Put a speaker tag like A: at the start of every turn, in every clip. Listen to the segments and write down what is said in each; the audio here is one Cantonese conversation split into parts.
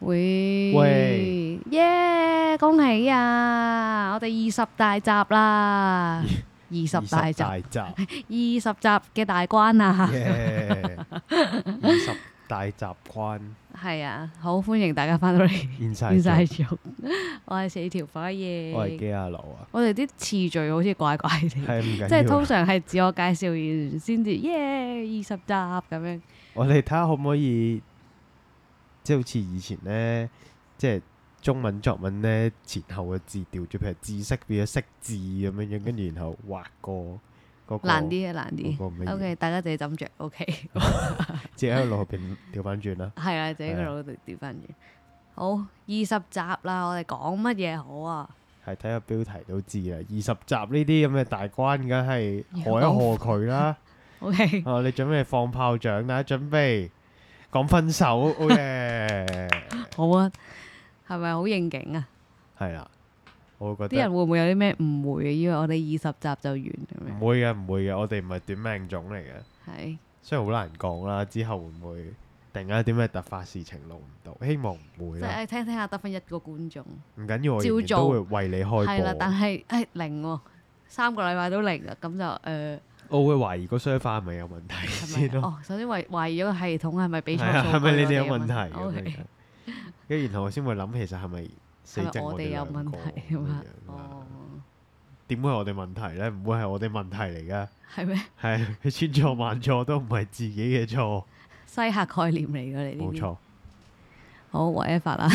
A: 喂，
B: 喂
A: 耶！恭喜啊！我哋二十大集 啦，二十大集，二
B: 大 集，
A: 十集嘅大關啊，
B: 耶！二十大集 關
A: 係啊，好歡迎大家翻到嚟
B: 現晒
A: 變晒
B: 咗，
A: 咗。我係四條火耶，
B: 我係基亞佬 啊，
A: 我哋啲次序好似怪怪地，
B: 係唔
A: 即係
B: 緊
A: 通
B: 要。啊
A: 常係自我介紹完先至耶二十集咁樣，
B: 我哋睇下可唔可以，即係好似以前呢，即係中文作文呢，前後嘅字調咗，譬如知識變咗識字咁樣樣，跟住然後畫個嗰個
A: 難啲嘅啊難
B: 嗰
A: 啲。
B: 個咩
A: O、
B: 嘢，
A: k 大家自己斟酌。O K。
B: 自己喺腦入邊 調翻轉啦。
A: 係啊啦，自己個
B: 係啊
A: 腦度調翻轉。好，二十集啦，我哋講乜嘢好啊？
B: 係睇下標題都知啦，二十集呢啲咁嘅大關，梗係賀一
A: 要
B: 賀佢啦。
A: O K，
B: 哦，你準備放炮仗啦，準備講分手，好 耶！
A: 好啊，係咪好應景啊？
B: 係啦，我覺
A: 啲人
B: 得
A: 會唔會有啲咩誤會啊？以為我哋二十集就完咁樣，
B: 唔會嘅，唔會嘅，我哋唔係短命種嚟嘅，
A: 係
B: 雖然好難講啦，之後會唔會突然間有啲咩突發事情錄唔到？希望唔
A: 即
B: 會啊啦，
A: 係哎聽聽下得翻一個觀眾，
B: 唔緊要，我仍然
A: 照
B: 都
A: 做
B: 會為你
A: 係啦，但
B: 開
A: 係誒零喎，三個禮拜都零啊，咁就誒
B: 播。我會懷疑個 server 係咪有問題先
A: 係咪？
B: 咯，
A: 哦，首先懷懷疑咗個系統係咪俾
B: 係
A: 錯
B: 啊，
A: 數據
B: 係咪你
A: 我
B: 哋有
A: 啊
B: 問題
A: ？O
B: 咁
A: K，
B: 樣？跟住然後我先會諗，其實係咪死
A: 係
B: 剩
A: 咪我哋
B: 哋
A: 有
B: 兩
A: 問
B: 個
A: 題咁
B: 咁
A: 啊？
B: 樣啦
A: 哦，
B: 點會係我哋問題咧？唔會係我哋問題嚟噶。
A: 係咩？
B: 係佢千錯萬錯都唔係自己嘅錯，
A: 西客概念嚟㗎，你呢
B: 冇
A: 啲
B: 錯，
A: 好 whatever 啦。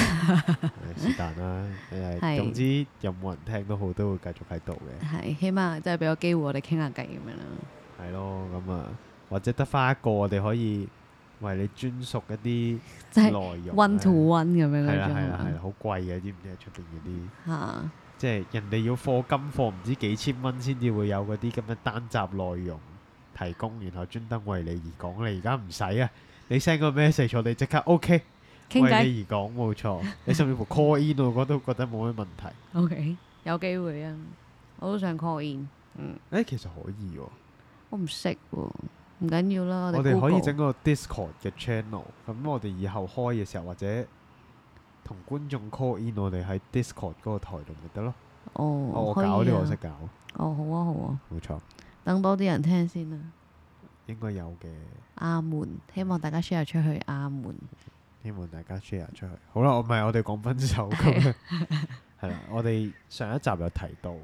B: 誒是但 啦。誒
A: 係
B: 總之有冇人聽都好，都會繼續喺度嘅，
A: 係，起碼即係俾個機會我哋傾下偈咁樣啦。
B: 係咯。咁啊，或者得翻一個我哋可以為你專屬一
A: 即
B: 啲
A: 係
B: 內容
A: one to
B: 咧
A: one 咁樣
B: 係
A: 嗰
B: 啦
A: 種
B: 係啦
A: 啊
B: 係啦，好貴嘅，知唔知啊？出邊嗰啲
A: 嚇，
B: 即係人哋要課金課唔知幾千蚊先至會有嗰啲咁嘅單集內容提供，然後專登為你而講。你而家唔使啊，你 send 個 message 我哋即刻 OK。
A: 傾
B: 為
A: 偈
B: 你而講冇 錯，你甚至乎 call in 我都覺得冇乜問題。
A: OK，有機會啊！我都想 call in，
B: 誒，其實可以喎，
A: 我唔識喎，唔緊要啦，
B: 我
A: 哋
B: 哋可以
A: Google
B: 整個 Discord 嘅 channel，咁我哋以後開嘅時候或者同觀眾 call in，我哋喺 Discord 嗰個台度咪得咯。
A: 哦，
B: 哦我
A: 可以
B: 搞呢個
A: 啊
B: 我識搞，
A: 哦，好啊好啊，
B: 冇錯，
A: 等多啲人聽先啦。
B: 應該有嘅。
A: 阿門，希望大家 share 出去。阿門，
B: 希望大家 share 出去。好啦，我唔係我哋講分手咁 樣，係啦。我哋上一集有提到，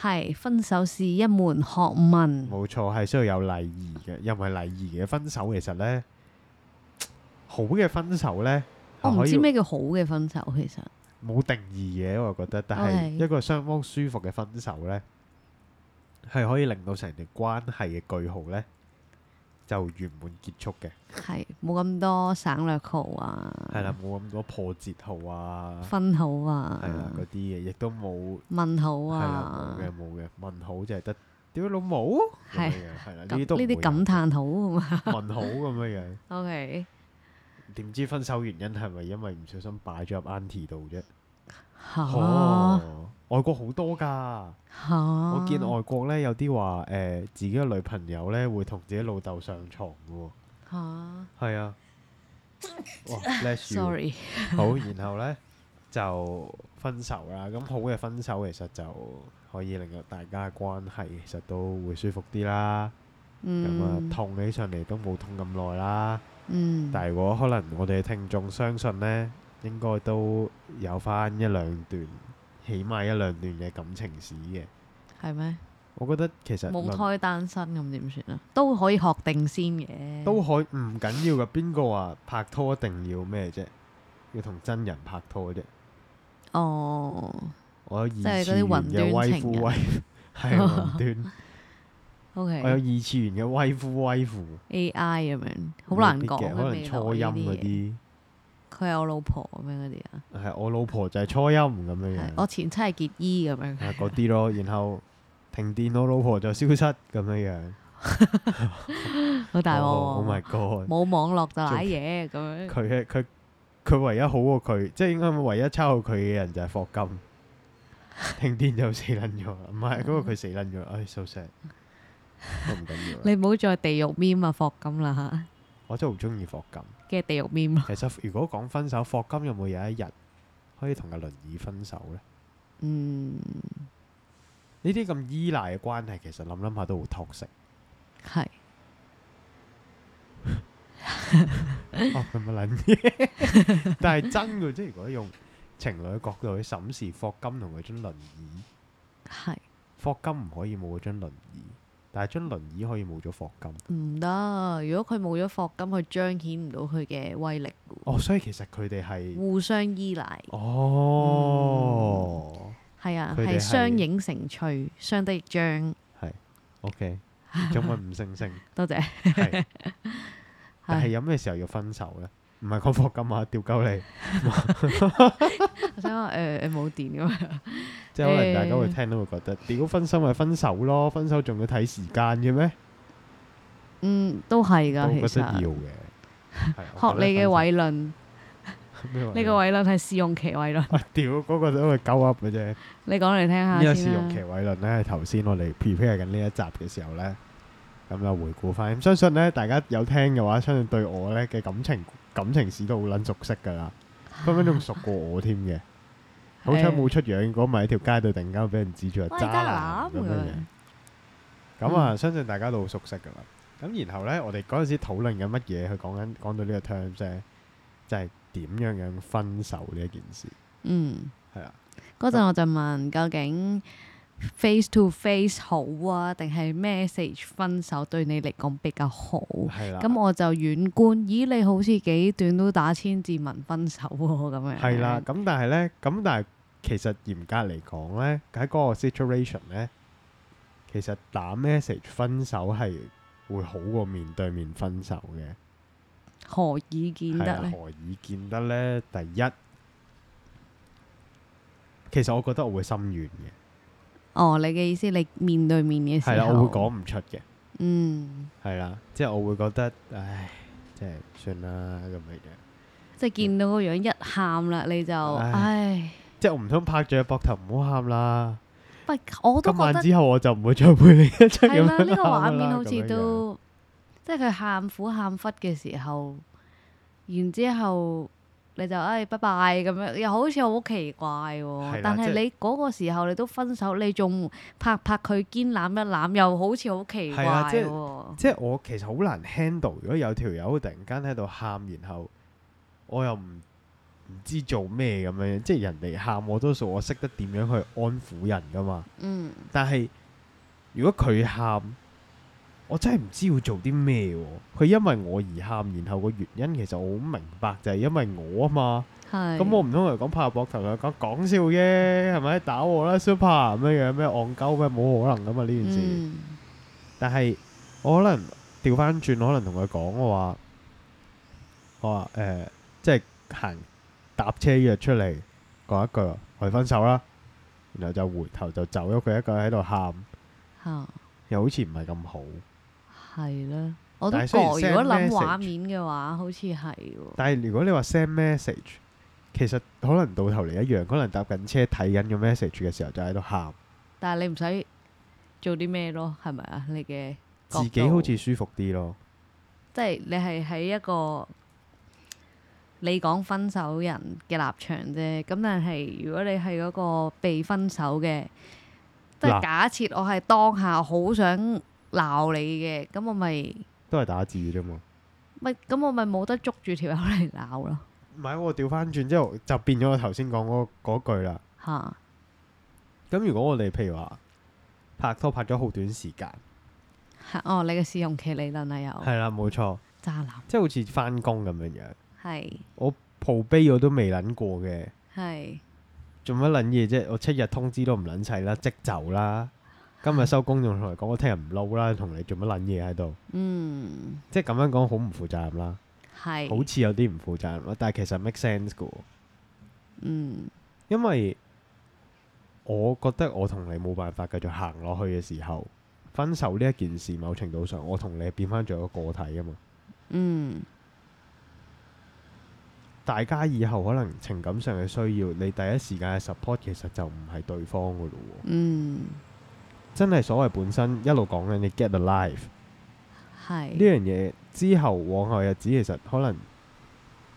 A: 係分手是一門學問，
B: 冇錯係需要有禮儀嘅，又唔係禮儀嘅分手。其實呢，好嘅分手呢，
A: 我
B: 係
A: 唔
B: 可以
A: 知咩叫好嘅分手，其實
B: 冇定義嘅，我覺得，但係
A: OK
B: 一個雙方舒服嘅分手呢，係可以令到成段關係嘅句號呢就圓滿結束嘅，
A: 係冇咁多省略號啊，
B: 係啦，冇咁多破折號啊，
A: 分好啊，
B: 係啦嗰啲嘢，亦都冇
A: 問好
B: 係啦
A: 啊
B: 冇，嘅冇嘅問號就係得屌老母咁樣
A: 係
B: 樣，係啦呢
A: 咁
B: 啲都唔
A: 呢
B: 會
A: 啲感嘆號啊嘛。
B: 有問號咁樣樣，
A: OK，
B: 點知分手原因係咪因為唔小心擺咗入 Auntie 度啫？
A: 嚇
B: 哦，外國好多㗎。
A: 嚇，
B: 我見外國咧有啲話誒，自己嘅女朋友咧會同自己老豆上床嘅喎，
A: 嚇
B: 係啊，哇 bless you
A: ，sorry，
B: 好，然後咧就分手啦。咁好嘅分手其實就可以令到大家嘅關係其實都會舒服啲啦。咁啊、
A: 嗯
B: 痛起上嚟都冇痛咁耐啦。
A: 嗯，
B: 但係如果可能，我哋嘅聽眾相信咧，應該都有翻一兩段，起碼一兩段嘅感情史嘅。
A: 係咩？
B: 我覺得其實
A: 母
B: 論
A: 胎單身咁點算啊？都可以學定先嘅，
B: 都可以唔緊要噶，邊個話拍拖一定要咩啫？要同真人拍拖啫。
A: 哦，
B: 我有二次
A: 係
B: 元
A: 嗰啲雲
B: 嘅
A: 端
B: 威
A: 情
B: 夫
A: 人
B: 威， 係雲端。我有
A: OK，AI
B: 二次元嘅威夫威夫，
A: 咁樣好難
B: 未必
A: 講
B: 嘅，
A: 嘅
B: 可
A: 未
B: 能
A: 來
B: 初音
A: 呢
B: 嗰
A: 啲嘢。
B: 啲
A: 佢係我老婆咁樣嗰啲啊，
B: 係我老婆就係初音咁樣
A: 係
B: 樣，
A: 我前妻係結衣咁樣，
B: 係嗰啲咯。然後停電，我老婆就消失咁樣樣。
A: 好大鑊
B: Oh
A: 喎
B: my，god！
A: 冇網絡就賴嘢咁樣，
B: 佢佢佢唯一好過佢，即係應該唯一抄過佢嘅人就係霍金。停電就死撚咗啦，唔係嗰個佢死撚咗啦，唉，so sad。都唔緊要啦，
A: 你唔好再地獄咪啊霍金啦嚇。
B: 我真係好中意霍金。
A: 嘅地獄面啊，
B: 其實如果講分手，霍金有冇有一日可以同阿輪椅分手呢？
A: 嗯，
B: 呢啲咁依賴嘅關係，其實諗諗下都好 toxic。
A: 係
B: 哦，咁嘅撚嘢，但係真嘅，即係如果用情侶角度去審視霍金同佢張輪椅，
A: 係
B: 霍金唔可以冇嗰張輪椅，但係張輪椅可以冇咗霍金。
A: 唔得。啊如果佢冇咗霍金，佢彰顯唔到佢嘅威力㗎喎，
B: 哦，所以其實佢哋係
A: 互相依賴，
B: 哦，
A: 係啊，
B: 佢哋
A: 係
B: 係
A: 相映成趣，相得益彰。
B: 嗯係 OK，中文五星星
A: 多謝。
B: 係。 但係
A: 係，
B: 有咩時候要分手呢？唔係講霍金啊，吊鳩你，
A: 我想話誒冇電 咁樣。
B: 即係可能大家會聽到會覺得，屌分手咪分手咯，分手仲要睇時間嘅咩？
A: 嗯，都係
B: 我覺
A: 㗎，
B: 得
A: 其實
B: 要。嘅。
A: 學
B: 係
A: 你嘅，
B: 我覺
A: 偉論，
B: 得分手咩
A: 你
B: 位
A: 個
B: 啊？
A: 偉論係試用期偉論，
B: 啊屌，嗰個都係鳩噏嘅啫。呢
A: 你講嚟聽
B: 個
A: 下
B: 試
A: 先
B: 用
A: 啦
B: 期。偉論呢，頭先我哋 prepare 緊呢一集嘅時候呢，咁就回顧翻。咁相信呢，大家有聽嘅話，相信對我呢嘅感情感情史都好撚熟悉㗎啦，分分鐘熟過我添 嘅。好
A: 呃
B: 彩冇出樣，如果唔係喺條街度突然間俾人指 住係
A: 喂
B: 渣
A: 渣
B: 男
A: 男
B: 咁樣
A: 咁
B: 嘅。咁啊，相信大家都好熟悉噶啦。咁然後呢，我哋嗰陣時討論緊乜嘢？佢講緊講到呢個 term 啫，就係點樣樣分手呢一件事，
A: 嗯，
B: 係啊啦。
A: 嗰陣我就問究竟 face to face 好啊，定係 message 分手對你嚟講比較好？
B: 係啦。
A: 咁我就遠觀，咦你好似幾段都打千字文分手喎、咁樣。
B: 係啦。，咁但係呢，咁但係其實嚴格嚟講呢，喺嗰個 situation 呢，其實打 message 分手係會好過面對面分手嘅。
A: 何以見
B: 係
A: 得
B: 啊
A: 呢？
B: 何以見得呢？第一，其實我覺得我會心軟嘅，
A: 哦，你嘅意思你面對面嘅時
B: 係
A: 候，
B: 啦，我會講唔出嘅，
A: 嗯，
B: 係啦，即係我會覺得，唉，即係算啦咁樣樣，
A: 即係見到個樣一喊啦，你就
B: 唉
A: 唉，
B: 即係我唔通拍住佢膊頭唔好喊啦，
A: 不我都
B: 今
A: 覺
B: 晚
A: 得
B: 之後我就唔會再陪你一齊咁
A: 係
B: 樣
A: 啦，呢個畫
B: 喊㗎
A: 面
B: 啦
A: 好
B: 咁
A: 似
B: 樣樣
A: 都即係佢喊苦喊忽嘅時候，然之後你就唉拜拜咁樣，又好似好奇怪
B: 係啦
A: 喎。但
B: 即
A: 係
B: 係
A: 你嗰個時候你都分手，你仲拍拍佢肩攬一攬，又好似好奇怪
B: 係啦即係
A: 喎。
B: 即係我其實好難 handle，如果有條友突然間喺度喊，然後我又唔唔知做咩咁樣，即係人哋喊我多數我識得點樣去安撫人噶嘛。
A: 嗯，
B: 但係如果佢喊，我真係唔知要做啲咩喎。佢因為我而喊，然後個原因其實我好明白，就係因為我啊嘛。
A: 係。
B: 咁我唔通嚟講拍下膊頭同佢講講笑啫，係咪打我啦，super 咁樣樣咩戇鳩咩，冇可能噶嘛呢件事。
A: 嗯
B: 但係我可能調翻轉，可能同佢講我話，我話誒、呃即係行搭車約出嚟講一句，我哋分手啦，然後就回頭就走咗佢一個喺度喊。
A: 嚇
B: 又好似唔係咁好，
A: 係啦，我都
B: 但係
A: 覺
B: 雖
A: 如
B: 然
A: 果
B: send
A: 諗
B: message
A: 畫面嘅話，好似係喎。
B: 但係如果你話 send message，其實可能到頭嚟一樣，可能搭緊車睇緊個 message 嘅時候就喺度喊，
A: 但係你唔使做啲咩咯，係咪啊？你嘅角
B: 自己好
A: 度
B: 似舒服啲咯。
A: 即係你係喺一個你講分手人嘅立場啫。咁但係如果你係嗰個被分手嘅，即
B: 嗱
A: 係假設我係當下好想鬧你嘅，咁我咪
B: 都係打字嘅啫嘛。
A: 咪咁我咪冇得捉住條友嚟鬧咯
B: 唔係我調翻轉之後就變咗我頭先講嗰嗰句啦。
A: 嚇。
B: 咁如果我哋譬如話拍拖拍咗好短時間，
A: 嚇哦，你嘅試用期理論啊有
B: 係啦冇錯，
A: 渣男
B: 即係好似翻工咁樣樣，
A: 係
B: 我 p 杯我都未撚過嘅，
A: 係
B: 做乜撚嘢啫？我七日通知都唔撚齊啦，即走啦。今日收工仲同你講，我聽日唔撈啦，同你做乜撚嘢喺度？
A: 嗯
B: 即係咁樣講好唔負責任啦，好
A: 係
B: 似有啲唔負責任啦，但係其實 make sense 嘅喎，
A: 嗯
B: 因為我覺得我同你冇辦法繼續行落去嘅時候，分手呢一件事，某程度上我同你變翻做一個個體啊嘛，
A: 嗯
B: 大家以後可能情感上嘅需要，你第一時間嘅 support 其實就唔係對方嘅咯喎，
A: 嗯
B: 真係所謂本身一路講緊你 get a life，呢
A: 係
B: 樣嘢之後往後日子其實可能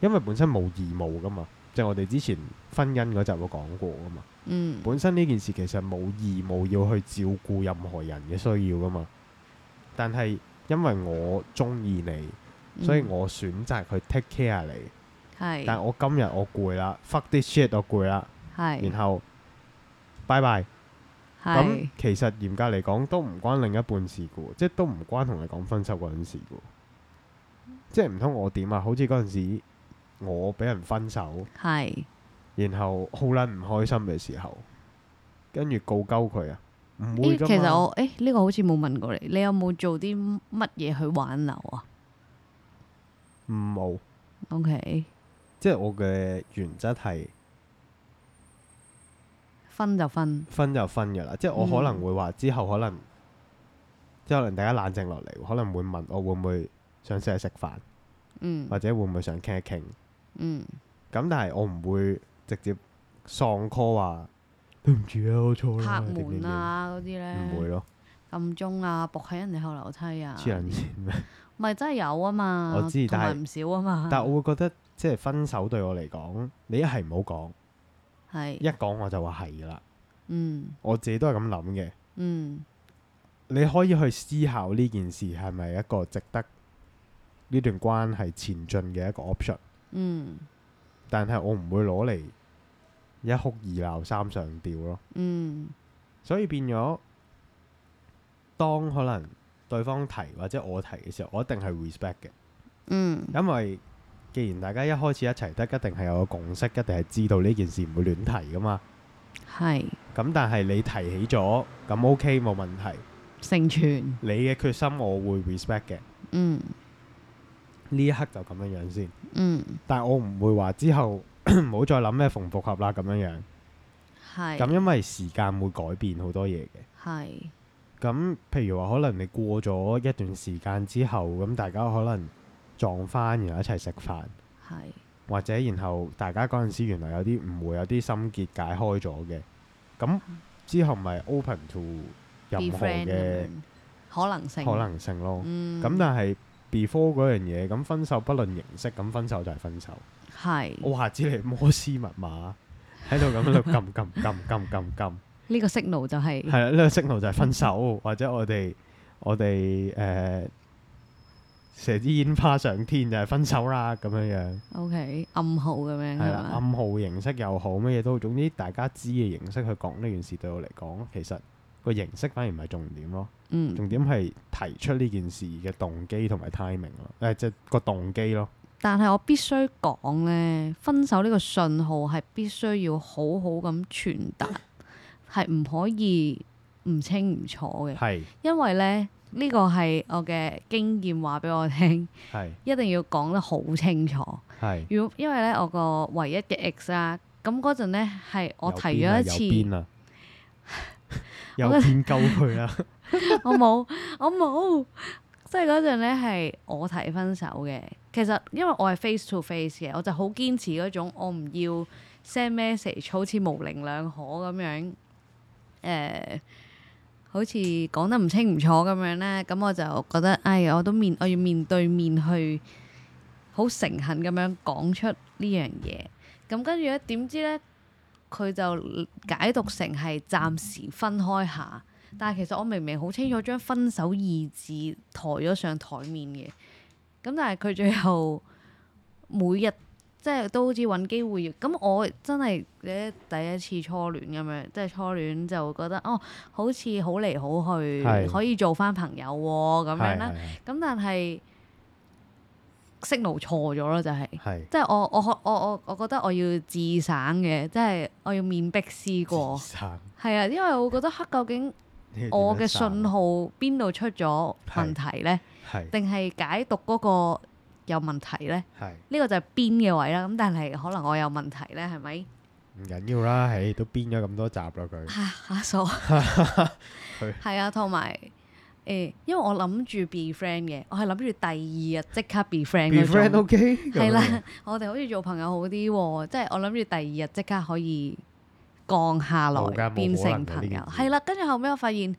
B: 因為本身冇義務噶嘛，即係我哋之前婚姻嗰集有講過噶嘛。
A: 嗯
B: 本身呢件事其實冇義務要去照顧任何人嘅需要噶嘛，但係因為我中意你，
A: 嗯
B: 所以我選擇去 take care 你。但
A: 係
B: 我今日我攰啦，fuck this shit 我攰啦，
A: 係
B: 然後拜拜。咁
A: 係
B: 其實嚴格嚟講都唔關另一半事嘅喎，即係都唔關同你講分手嗰陣事嘅喎，即係唔通我點啊？好似嗰陣時我俾人分手，
A: 係
B: 然後好撚唔開心嘅時候，跟住告鳩佢啊，唔會
A: 咦
B: 噶
A: 其實
B: 嘛？
A: 我誒呢個好似冇問過你，你有冇做啲乜嘢去挽留啊
B: 唔冇，
A: ？OK，
B: 即係我嘅原則係
A: 分就分，
B: 分就分嘅啦，即係我
A: 嗯
B: 可能會話之後可能，即係可能大家冷靜落嚟，可能會問我會唔會想成日食飯，
A: 嗯
B: 或者會唔會想傾一傾。
A: 嗯
B: 咁但係我唔會直接喪 call 話對唔住啊，我錯啦，
A: 拍
B: 點點
A: 門
B: 點，
A: 啊嗰啲咧，
B: 唔會咯，
A: 撳鐘啊，仆喺人哋後樓梯啊，
B: 黐人線 咩？
A: 咪真係有啊嘛，
B: 我知
A: 同
B: 但係
A: 埋唔少啊嘛，
B: 但我會覺得即係分手對我嚟講，你
A: 嗯
B: 一係唔好講，
A: 係
B: 一講我就話係㗎啦。
A: 嗯
B: 我自己都係咁諗嘅。
A: 嗯
B: 你可以去思考呢件事係咪一個值得呢段關係前進嘅一個 option，
A: 嗯
B: 但係我唔會攞嚟一哭二鬧三上吊咯。
A: 嗯
B: 所以變咗，當可能對方提或者我提嘅時候，我一定係 respect 嘅，
A: 嗯
B: 因為既然大家一開始一齊得，一定係有個共識，一定係知道呢件事唔會亂提噶嘛。
A: 係
B: 咁但係你提起咗，咁 OK 冇問題。
A: 成全，
B: 你嘅決心我會 respect 嘅，
A: 嗯
B: 呢一刻就咁樣樣先。
A: 嗯
B: 但係我唔會話之後唔好再諗咩縫復合啦咁樣樣。咁
A: 係
B: 因為時間會改變好多嘢嘅。
A: 係
B: 咁譬如話，可能你過咗一段時間之後，咁大家可能撞翻，然後一齊食飯，
A: 係
B: 或者然後大家嗰陣時原來有啲誤會，有啲心結解開咗嘅，咁之後咪 open to
A: 嗯 be
B: 任何
A: friend 咁
B: 嘅
A: 樣可能性，
B: 可能性咯。
A: 嗯
B: 咁但係 before 嗰樣嘢，咁分手不論形式，咁分手就係分手。
A: 係
B: 我話知你摩斯密碼喺度咁喺度撳撳撳撳撳撳。
A: 呢個 signal 就係
B: 係啦，呢個 signal 就係分
A: 嗯
B: 手，或者我哋我哋誒、呃射支煙花上天就係分手啦咁樣樣，
A: OK 暗號咁樣
B: 係啦，
A: 係嘛？
B: 暗號形式又好，乜嘢都好，總之大家知嘅形式去講呢件事，對我嚟講，其實個形式反而唔係重點咯，
A: 嗯，
B: 重點係提出呢件事嘅動機同埋 timing 咯，誒、呃即係個動機咯，
A: 但係我必須講咧，分手呢個信號係必須要好好咁傳達，係唔可以唔清唔楚嘅，
B: 係
A: 因為咧呢個係我嘅經驗話俾我聽，
B: 係
A: 一定要講得好清楚。
B: 係。
A: 如果因為咧，我個唯一嘅 ex 啦，咁嗰陣咧係我
B: 啊
A: 提咗一次，
B: 次，啊有邊鳩佢啊啦，
A: 我冇，我冇，即係嗰陣咧係我提分手嘅。其實因為我係 face to face 嘅，我就好堅持嗰種我唔要 send message，好似模棱兩可咁樣，誒、好似講得唔清唔楚咁樣咧，咁我就覺得，哎，我都面，我要面對面去，好誠懇咁樣講出呢樣嘢。咁跟住咧，點知咧，佢就解讀成係暫時分開下，但係其實我明明好清楚將分手二字抬咗上台面嘅。咁但係佢最後每日即係都好似揾機會要，咁我真係咧第一次初戀咁樣，即係初戀就覺得哦，好似好嚟好
B: 係
A: 去，可以做翻朋友喎咁樣啦
B: 係。
A: 咁但係 signal 錯咗咯，就係、
B: 係
A: 即係我我我我我覺得我要自省嘅，即係我要面壁思過
B: 自。殺
A: 係啊，因為我覺得黑究竟
B: 呢個
A: 我嘅
B: 點樣殺啊
A: 信號邊度出咗問題呢？
B: 係
A: 定係解讀嗰個有問題呢？
B: 係
A: 呢、個就係邊嘅位啦。咁但係可能我有問題呢，係咪？
B: 唔緊要啦，唉，都編咗咁多集啦佢，
A: 嚇傻！係啊，同埋誒，因為我諗住 be friend 嘅，我係諗住第二日即刻 be friend 嗰
B: be
A: 種
B: friend OK
A: 係啦， 我哋好似做朋友好啲喎，即係我諗住第二日即刻可以降下
B: 冇㗎
A: 來
B: 冇
A: 變成
B: 可能㗎
A: 朋
B: 呢件
A: 友。
B: 事
A: 係啦，跟住後尾我發現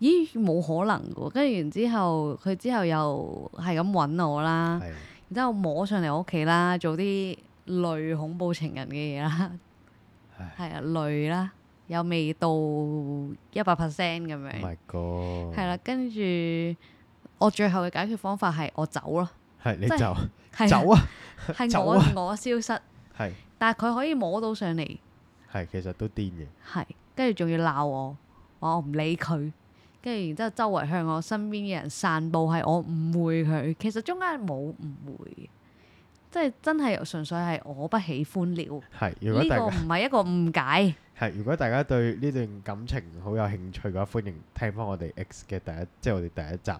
A: 咦冇可能嘅喎，跟住然之後佢之後又係咁揾我啦，
B: 係
A: 然之後摸上嚟我屋企啦，做啲類恐怖情人嘅嘢 啦，
B: 唉
A: 係啊類啦，又未到一百 percent 咁樣，
B: Oh ，My God，
A: 係啦，跟住我最後嘅解決方法係我走咯，
B: 係你
A: 即係
B: 走
A: 係啊
B: 走啊，
A: 係
B: 走
A: 我
B: 啊
A: 我消失，
B: 係
A: 但係佢可以摸到上嚟，
B: 係其實都癲嘅，
A: 係跟住仲要鬧我，話我唔理佢，跟住然之後周圍向我身邊嘅人散佈係我誤會佢，其實中間係冇誤會嘅，即係真係純粹係我不喜歡了。
B: 係如果
A: 呢
B: 大
A: 個
B: 家
A: 唔係一個誤解，
B: 係如果大家對呢段感情好有興趣嘅話，歡迎聽翻我哋 X 嘅第一，即係我哋第一集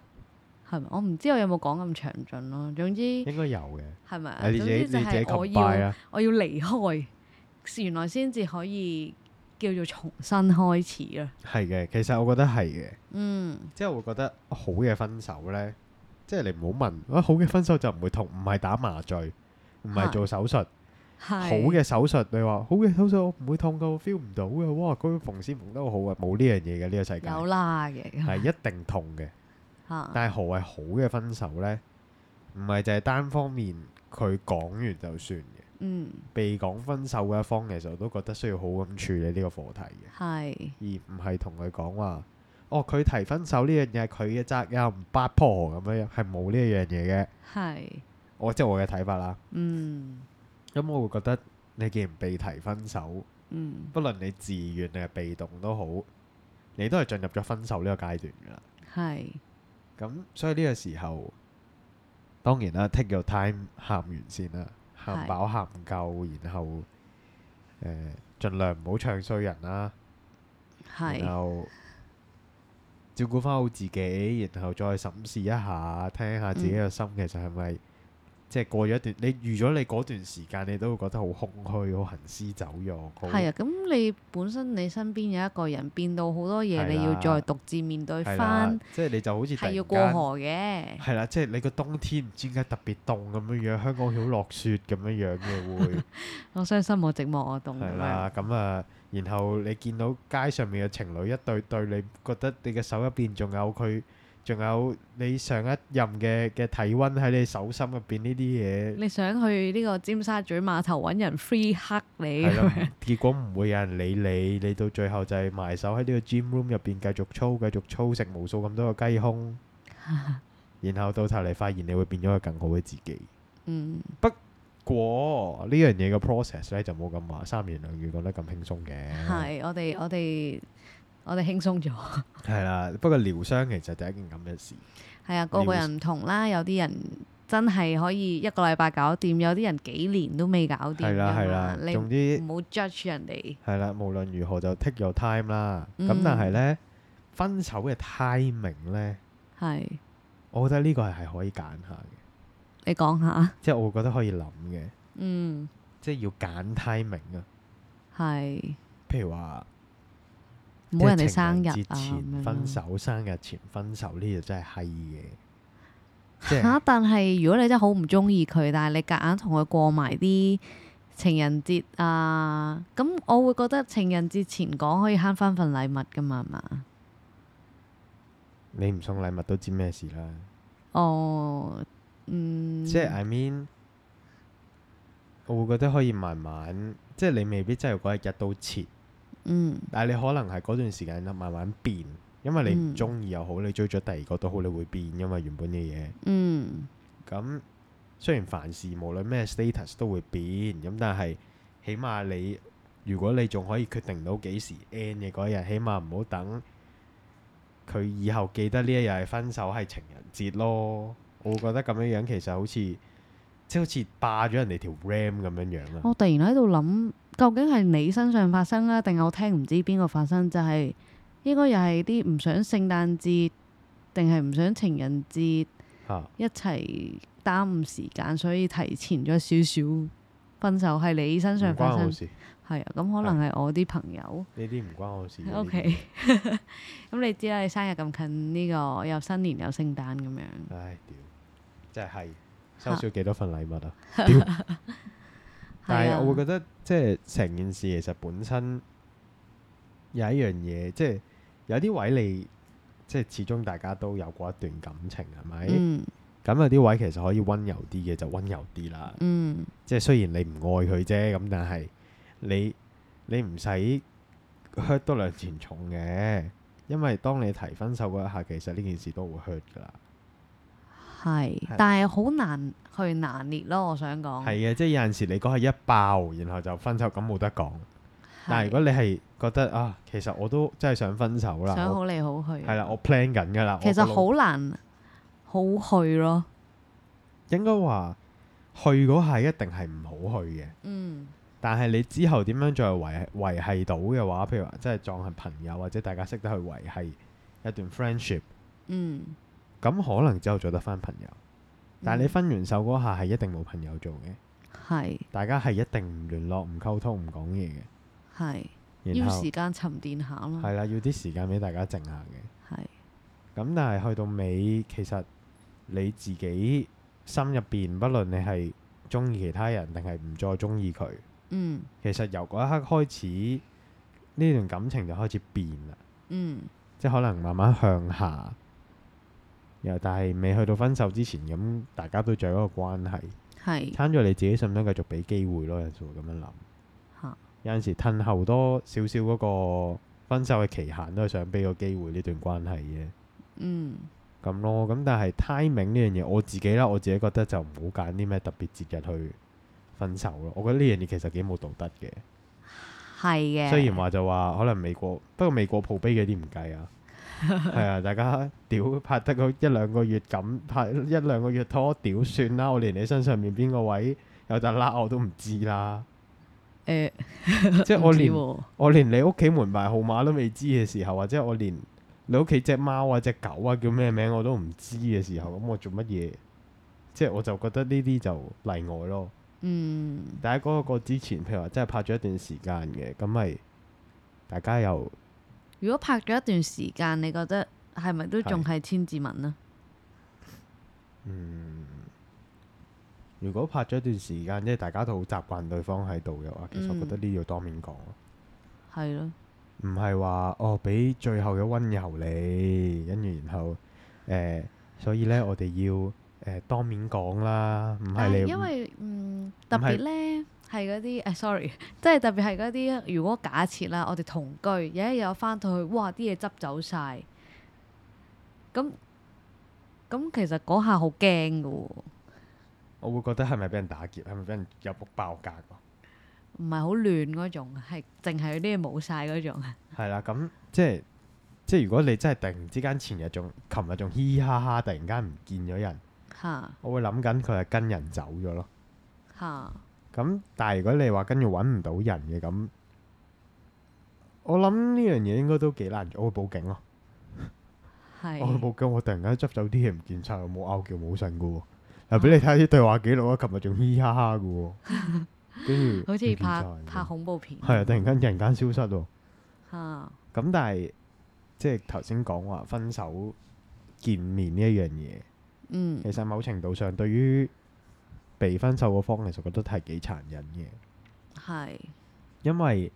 A: 係咪？我唔知我有冇講咁詳盡咯。總之
B: 應該有嘅，
A: 係咪啊？
B: 你
A: 總
B: 自己
A: 之就
B: 你自己啊
A: 係我
B: c 拜
A: 要
B: 啦，
A: 我要離開，原來先至可以叫做重新開始啦。
B: 係嘅，其實我覺得係嘅。
A: 嗯，
B: 即係會覺得好嘅分手呢，即係你唔好問啊，好嘅分手就唔會痛，唔係打麻醉，唔係
A: 係
B: 做手術，
A: 係
B: 好嘅手術你話好嘅手術我唔會痛噶，我 feel 唔到嘅，哇，嗰個縫線縫得好好啊，冇呢樣嘢嘅呢個世界，
A: 有啦嘅
B: 係一定痛嘅。
A: 嚇，
B: 但係何謂好嘅分手呢？唔係就係單方面佢講完就算嘅，
A: 嗯
B: 被講分手嘅一方其實我都覺得需要好咁處理呢個課題嘅。
A: 係
B: 而唔係同佢講話，哦佢提分手呢樣嘢係佢嘅責任，八婆咁樣樣係冇呢一樣嘢嘅。
A: 係
B: 我即係我嘅睇法啦。
A: 嗯
B: 咁我會覺得你既然被提分手，
A: 嗯
B: 不論你自願定係被動都好，你都係進入咗分手呢個階段㗎啦。
A: 係
B: 咁所以呢個時候，當然啦，take your time 喊完先啦，喊
A: 係
B: 飽喊夠，然後誒、呃、盡量唔好唱衰人啦。然
A: 係
B: 後照顧翻好自己，然後再審視一下，聽下自己嘅心其實係咪即係過咗一段，你預咗你嗰段時間，你都會覺得好空虛、好行屍走肉。好
A: 係啊！咁你本身你身邊有一個人變到好多嘢，
B: 係
A: 你
B: 啦
A: 要再獨自面對
B: 係啦
A: 翻，，
B: 即係你就好似突
A: 係
B: 然
A: 要過
B: 間
A: 河嘅。
B: 係啦，即係你個冬天唔知點解特別凍咁樣樣，香港好落雪咁樣樣嘅會
A: 我傷心，我寂寞，我凍咁
B: 係
A: 樣。
B: 啦，咁啊，然後你見到街上面嘅情侶一對對，你覺得你嘅手入邊仲有佢，仲有你上一任嘅嘅體温喺你手心入邊呢啲嘢，
A: 你想去呢個尖沙咀碼頭揾人 free hug 你
B: 係
A: 咁
B: 咯
A: 樣，
B: 結果唔會有人理你，你到最後就係埋手喺呢個 gym room 入邊繼續操，繼續操，食無數咁多個雞胸，然後到頭嚟發現你會變咗個更好嘅自己。
A: 嗯，
B: 過呢樣嘢嘅 process 咧就冇咁話三言兩語講得咁輕鬆嘅，
A: 係我哋我哋我哋輕鬆咗，
B: 係啦。不過療傷其實就係一件咁嘅事。
A: 係
B: 嗯
A: 啊，個個人唔同啦，有啲人真係可以一個禮拜搞掂，有啲人幾年都未搞掂
B: 係啦
A: 㗎
B: 係
A: 嘛
B: 啦，
A: 你
B: 總之
A: 唔好 judge 人哋，
B: 係啦，無論如何就 take your time 啦。
A: 嗯
B: 咁但係呢，分手嘅 timing 呢，
A: 係
B: 我覺得呢個係係可以揀下嘅，
A: 你講下，
B: 即係我覺得可以諗嘅，
A: 嗯，
B: 即係要揀 timing 啊。
A: 係
B: 譬如話，
A: 唔好人哋
B: 即係
A: 生
B: 情
A: 日啊
B: 人節前分
A: 咁樣。
B: 手、生日前分手呢就真係閪嘅，即係
A: 嚇！但係如果你真係好唔中意佢，但係你夾硬同佢過埋啲情人節啊，咁我會覺得情人節前講可以慳翻份禮物噶嘛，係嘛？
B: 你唔送禮物都知咩事啦。
A: 哦，嗯，
B: 即係啊 I mean，我會覺得可以慢慢，即係你未必真係嗰日日都切。
A: 嗯
B: 但係你可能係嗰段時間慢慢變，因為你唔
A: 嗯
B: 中意又好，你追咗第二個都好，你會變噶嘛原本嘅嘢。
A: 嗯
B: 咁雖然凡事無論咩 status 都會變，咁但係起碼你如果你仲可以決定到幾時 end 嘅嗰一日，起碼唔好等佢以後記得呢一日係分手係情人節咯。我會覺得咁樣樣其實好似即係好似霸咗人哋條 ram 咁樣樣啊。
A: 我突然喺度諗，究竟係你身上發生啊，定係我聽唔知邊個發生？就係、應該又係啲唔想聖誕節，定係唔想情人節
B: 嚇
A: 一齊耽誤時間，所以提前咗少少分手，係你身
B: 唔
A: 上發
B: 關
A: 生
B: 我。事，
A: 係啊，咁可能係我啲朋友。
B: 呢啲唔關我事嘅。呢啲
A: O K，咁你知啦，你生日咁近呢、個又新年又聖誕咁樣，
B: 唉，屌，真係收
A: 嚇
B: 少幾多份禮物啊！但
A: 係
B: 係我會
A: 啊，
B: 覺得即係成件事其實本身有一樣嘢，即係有啲位你即係始終大家都有過一段感情係咪？
A: 嗯
B: 咁有啲位其實可以温柔啲嘅就温柔啲啦。
A: 嗯
B: 即係雖然你唔愛佢啫，咁但係你你唔使 hurt 多兩錢重嘅，因為當你提分手嗰一下，其實呢件事都會 hurt 噶啦。
A: 係
B: 係，
A: 但係好難去拿捏咯。我想講
B: 係嘅，即係有陣時你嗰係一爆，然後就分手，咁冇得講。但
A: 係
B: 係如果你係覺得啊，其實我都真係想分手啦，
A: 想
B: 我
A: 好嚟好去，
B: 係啦，我 plan 緊㗎啦。
A: 其
B: 我
A: 實
B: 個腦
A: 好難好去咯。
B: 應該話去嗰下一定係唔好去嘅。
A: 嗯
B: 但係你之後點樣再維維係到嘅話，譬如話即係撞係朋友或者大家識得去維係一段 friendship，
A: 嗯，
B: 咁可能之後做得翻朋友。但係你分完手嗰下係一定冇朋友做嘅，
A: 係
B: 大家係一定唔聯絡、唔溝通、唔講嘢嘅。
A: 係
B: 然
A: 要
B: 後
A: 時間沉澱下咯。
B: 係啦，要啲時間俾大家靜下嘅。
A: 係
B: 咁但係去到尾，其實你自己心入邊，不論你係中意其他人定係唔再中意佢，
A: 嗯
B: 其實由嗰一刻開始，呢段感情就開始變啦。
A: 嗯
B: 即係可能慢慢向下，又但係未去到分手之前，咁大家都仲有一個關係，
A: 係
B: 攤咗你自己想唔想繼續俾機會咯？有陣時會咁樣諗，
A: 嚇
B: 有陣時褪後多少少嗰個分手嘅期限，都係想俾個機會呢段關係嘅
A: 嗯
B: 咁咯。咁但係 timing 呢樣嘢，我自己啦，我自己覺得就唔好揀啲咩特別節日去分手咯。我覺得呢樣嘢其實幾冇道德嘅，
A: 係嘅。
B: 雖然話就話可能美國，不過美國鋪碑嗰啲唔計啊。係啊，大家屌拍得嗰一兩個月咁，拍一兩個月拖屌算啦，我連你身上面邊個位有笪罅我都唔知啦，
A: 誒，
B: 即係
A: 唔
B: 我
A: 知
B: 連
A: 喎
B: 我連你屋企門牌號碼都未知嘅時候，或者我連你屋企只貓啊、只狗啊叫咩名我都唔知嘅時候，咁我做乜嘢？即係我就覺得呢啲就例外咯。
A: 嗯
B: 但係嗰個之前，譬如話真係拍咗一段時間嘅，咁咪大家又〜
A: 如果拍咗一段時間，你覺得係咪都仲係千字文啊？
B: 嗯，如果拍咗一段時間，即係大家都好習慣對方喺度嘅話，其實我覺得呢要當面講，
A: 係咯，
B: 唔係話哦俾最後嘅温柔你，跟住然後誒、呃所以呢，我哋要誒、呃、當面講啦，唔係
A: 但係
B: 你
A: 因為嗯特別
B: 係
A: 咧係嗰啲誒，sorry，即啊 係特別係嗰啲呃如果假設啦，我哋同居有一日我翻到去，哇啲嘢執走晒，咁咁其實嗰下好驚嘅喎，唔
B: 我會覺得係咪俾人打劫，係咪俾人入屋爆格啊？
A: 係好亂嗰種，係淨係嗰啲嘢冇晒嗰 種，啊
B: 係啦，咁即係即係如果你真係突然之間前日仲琴日仲嘻嘻哈哈，突然間唔見咗人，
A: 嚇
B: 我會諗緊佢係跟人走咗咯。
A: 嚇
B: 咁但係如果你話跟住揾唔到人嘅咁，我諗呢樣嘢應該都幾難做。我會報警咯，我會
A: 係
B: 報警。我突然間執走啲嘢唔見晒，我冇拗撬冇信嘅喎。嗱，俾你睇下啲對話記錄啊，琴日仲嘻嘻哈哈嘅喎，跟住
A: 好似拍
B: 唔見晒
A: 拍恐怖片
B: 係啊，突然間突然間消失喎。
A: 嚇
B: 咁但係即係頭先講話分手見面呢一樣嘢，
A: 嗯
B: 其實某程度上對於被分手嗰方，其實覺得係幾殘忍嘅。
A: 係
B: 因為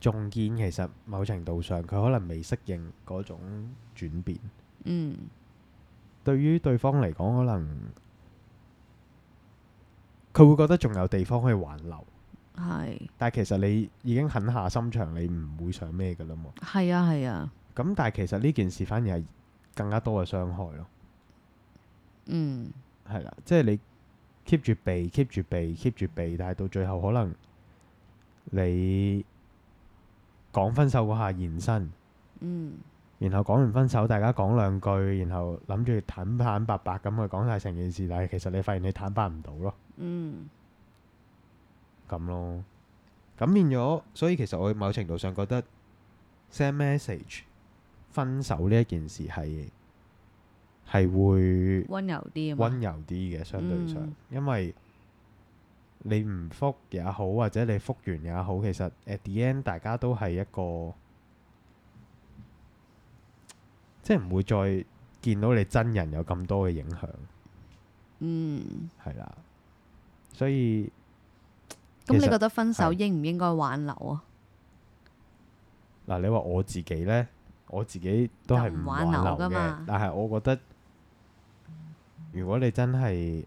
B: 仲見其實某程度上佢可能未適應嗰種轉變，
A: 嗯
B: 對於對方嚟講，可能佢會覺得仲有地方可以挽留，
A: 係。
B: 但係其實你已經狠下心腸，你唔會想咩㗎啦嘛。
A: 係啊係啊，
B: 咁但係其實呢件事反而係更加多嘅傷害咯，
A: 嗯
B: 係啦，即係你 keep 住避，keep 住避，keep 住避，但係到最後可能你講分手嗰下現身。
A: 嗯
B: 然後講完分手，大家講兩句，然後諗住坦坦白白咁去講晒成件事，但係其實你發現你坦白唔到咯，
A: 嗯
B: 咁咯，咁變咗，所以其實我某程度上覺得 send message 分手呢一件事係係會
A: 温柔啲啊嘛，
B: 温柔啲嘅，相對上，
A: 嗯
B: 因為你唔復也好，或者你復完也好，其實 at the end 大家都係一個，即係唔會再見到你真人有咁多嘅影響，
A: 嗯，
B: 係啦。所以
A: 咁你
B: 其實
A: 覺得分手
B: 係
A: 應唔應該挽留啊？
B: 嗱，你話我自己呢，我自己都係
A: 就唔
B: 唔
A: 挽
B: 挽
A: 留
B: 留
A: 㗎
B: 嘅
A: 嘛，
B: 但係我覺得如果你真係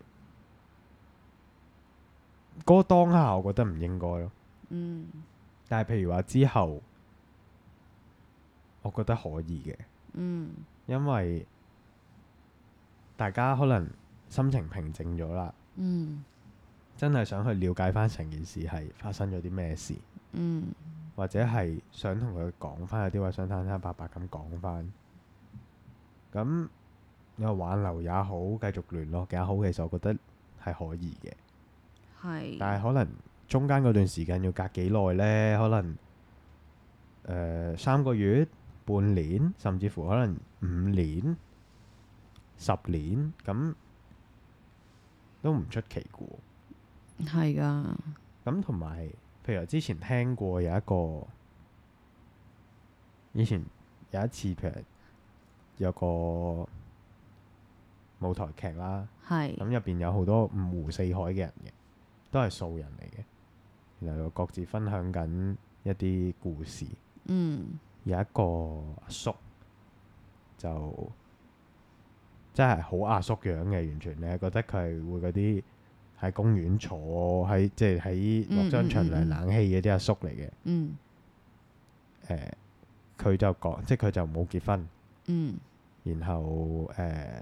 B: 嗰、個當下，我覺得唔應該咯。
A: 嗯
B: 但係譬如話之後，我覺得可以嘅，
A: 嗯
B: 因為大家可能心情平靜咗啦，
A: 嗯
B: 真係想去了解翻成件事係發生咗啲咩事，
A: 嗯
B: 或者係想同佢講翻，有啲話想坦坦白白咁講翻。咁你話挽留也好，繼續聯絡也好，其實我覺得係可以嘅。
A: 係，
B: 但係可能中間嗰段時間要隔幾耐呢？可能誒、呃三個月、半年，甚至乎可能五年、十年，咁都唔出奇嘅喎。
A: 係㗎，
B: 咁同埋，譬如話之前聽過有一個，以前有一次譬如有個舞台劇啦，咁
A: 係
B: 入邊有好多五湖四海嘅人嘅，都係素人嚟嘅，然後各自分享緊一啲故事。
A: 嗯
B: 有一個阿叔就真係好阿叔樣嘅，完全咧覺得佢係會嗰啲喺公園坐喺即係喺落張長涼冷氣嗰啲阿叔嚟嘅。誒、
A: 嗯
B: 佢就講，即係佢就冇結婚，
A: 嗯
B: 然後誒、